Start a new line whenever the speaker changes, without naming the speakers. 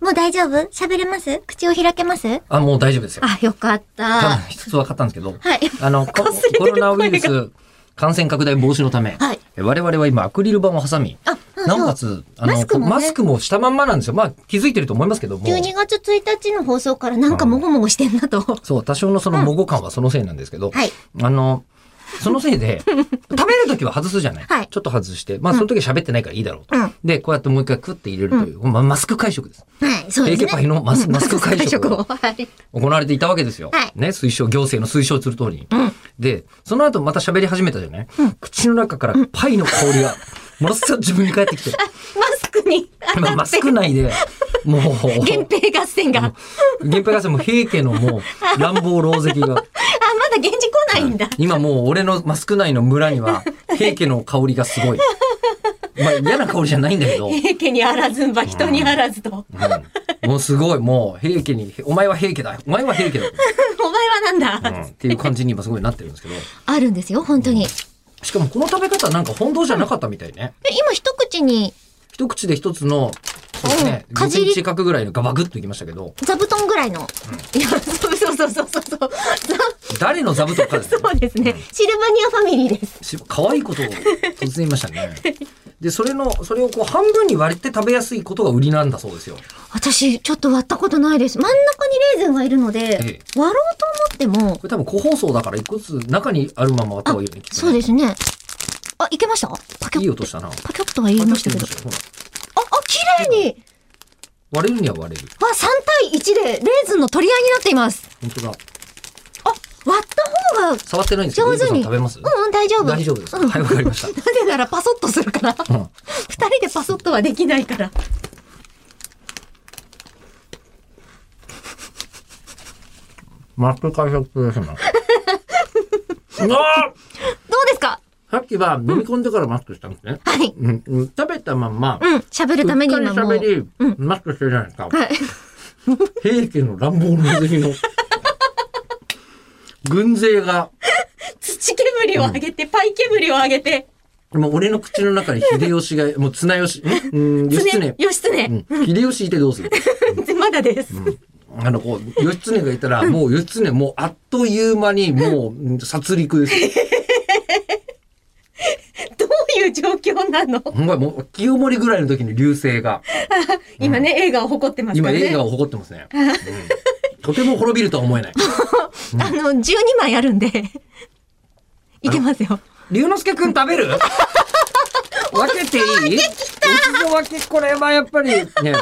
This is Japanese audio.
もう大丈夫喋れます口を開けます
あ、もう大丈夫ですよ。
あ、よかっ
多分
た。
一つ分かったんです けど、
はい。
あの、コ
かすれてる
コロナウイルス感染拡大防止のため、
はい
我々は今アクリル板を挟み、
あ、うん
なおか
そう。
つ、
マスクもね
マスクもしたまんまなんですよ。まあ気づいてると思いますけども。
12月1日の放送からなんかもごもごしてんなと。は
そう、多少のその模倣感はそのせいなんですけど、
い。
あの、そのせ いで、食べるときは外すじゃない、
はい
ちょっと外して、まあその時は喋ってないからいいだろうと。
うん。は
で、こうやってもう一回クッて入れるという、まあマスク会食です。
い、そうで
エ
す
ーケ
ね。
パイの マス,、
うん
マスク会食
を。
が
はい。
行われていたわけですよ。
はい
ね、推奨、行政の推奨する通りに。
うん
で、その後また喋り始めたじゃない、
うん
口の中からパイの香りが、ものすごい自分に返っ てきて、
マスクに当
今
た
マ
って
ス、ク内で、もう、
源平合戦が。あ、ま
原平合戦も平家のも う乱暴狼藉が。
だ源氏来ないんだ。
今もう俺のマスク内の村には平家の香りがすごい。まあ嫌な香りじゃないんだ けど、
平家にあらずんば、人にあらずと。お
うんもうすごいもう平家に、お前は平家だ、お前は平家
前はな
だ、
ん
うんっ
だ。
ていう感じに今すごいなってるんですけど、
あるんですよ、本当に。
しかもこの食べ方なんか本当じゃなかったみたいね。
え今一口に
一口で一つの、そうですね、
うんか
5
じ
セ
り
ンチ角ぐらいのガバグッといきましたけど、
座布団ぐらいの。いや、 そうそうそうそうそう。座
誰の座布団かですね。
そうですね。シルバニアファミリーです。
し可愛いことを突然言いました ね。で、それの、それをこう半分に割って食べやすいことが売りなんだそうですよ。
私、ちょっと割ったことないです。真ん中にレーズンがいるので、
え
割ろうと思っても
こ、れ多分個包装だから一個ずつ中にあるまま割った方がいいよね。きっとね
そうですね。あ、いけましたパキョ
い
ッ
い音したな。
パキョッとは言いましたけど。
あ確かに確かにほら
あ、あ、綺麗に
割れるには割れる。
わ、3対1でレーズンの取り合いになっています。
本当だ。
あ、割った方が、
触ってないんですけど、
上手に
ゆうこさん食べます
うんうん、大丈夫。
大丈夫ですか。
うん
はい、わかり ました。
なぜならパソッとするから。
うん
二人でパソッとはできないから。
マスク会食ですな。 うわ
どうですか
ーさっきは飲み込んでからマスクしたんですね。
はい。
うん、うん食べたまんま、
うん、喋るために今も
う
う。
っかり喋り、マスクしてるじゃないですか。
はい。
平家の乱暴の 敵の軍勢が、
土煙を上げて、パイ煙を上げて、
もう俺の口の中に秀 吉が、もう綱吉、んうん、義経。
義
う
経、
ん、秀吉いてどうする
まだ です。
あの、こう、義経がいたら、もう義経、もうあっという間に、もううん、殺戮 です。
どういう状況なの
ほんまもう、清盛ぐらいの時に流星が、
今ね、映画を誇ってますか
今
らね。
映画を誇ってますね。 うんとても滅びるとは思えない。
あの、12枚あるんで、 いけますよ。
龍之介くん食べる分けていいおつ分け、これはやっぱりね、
みんな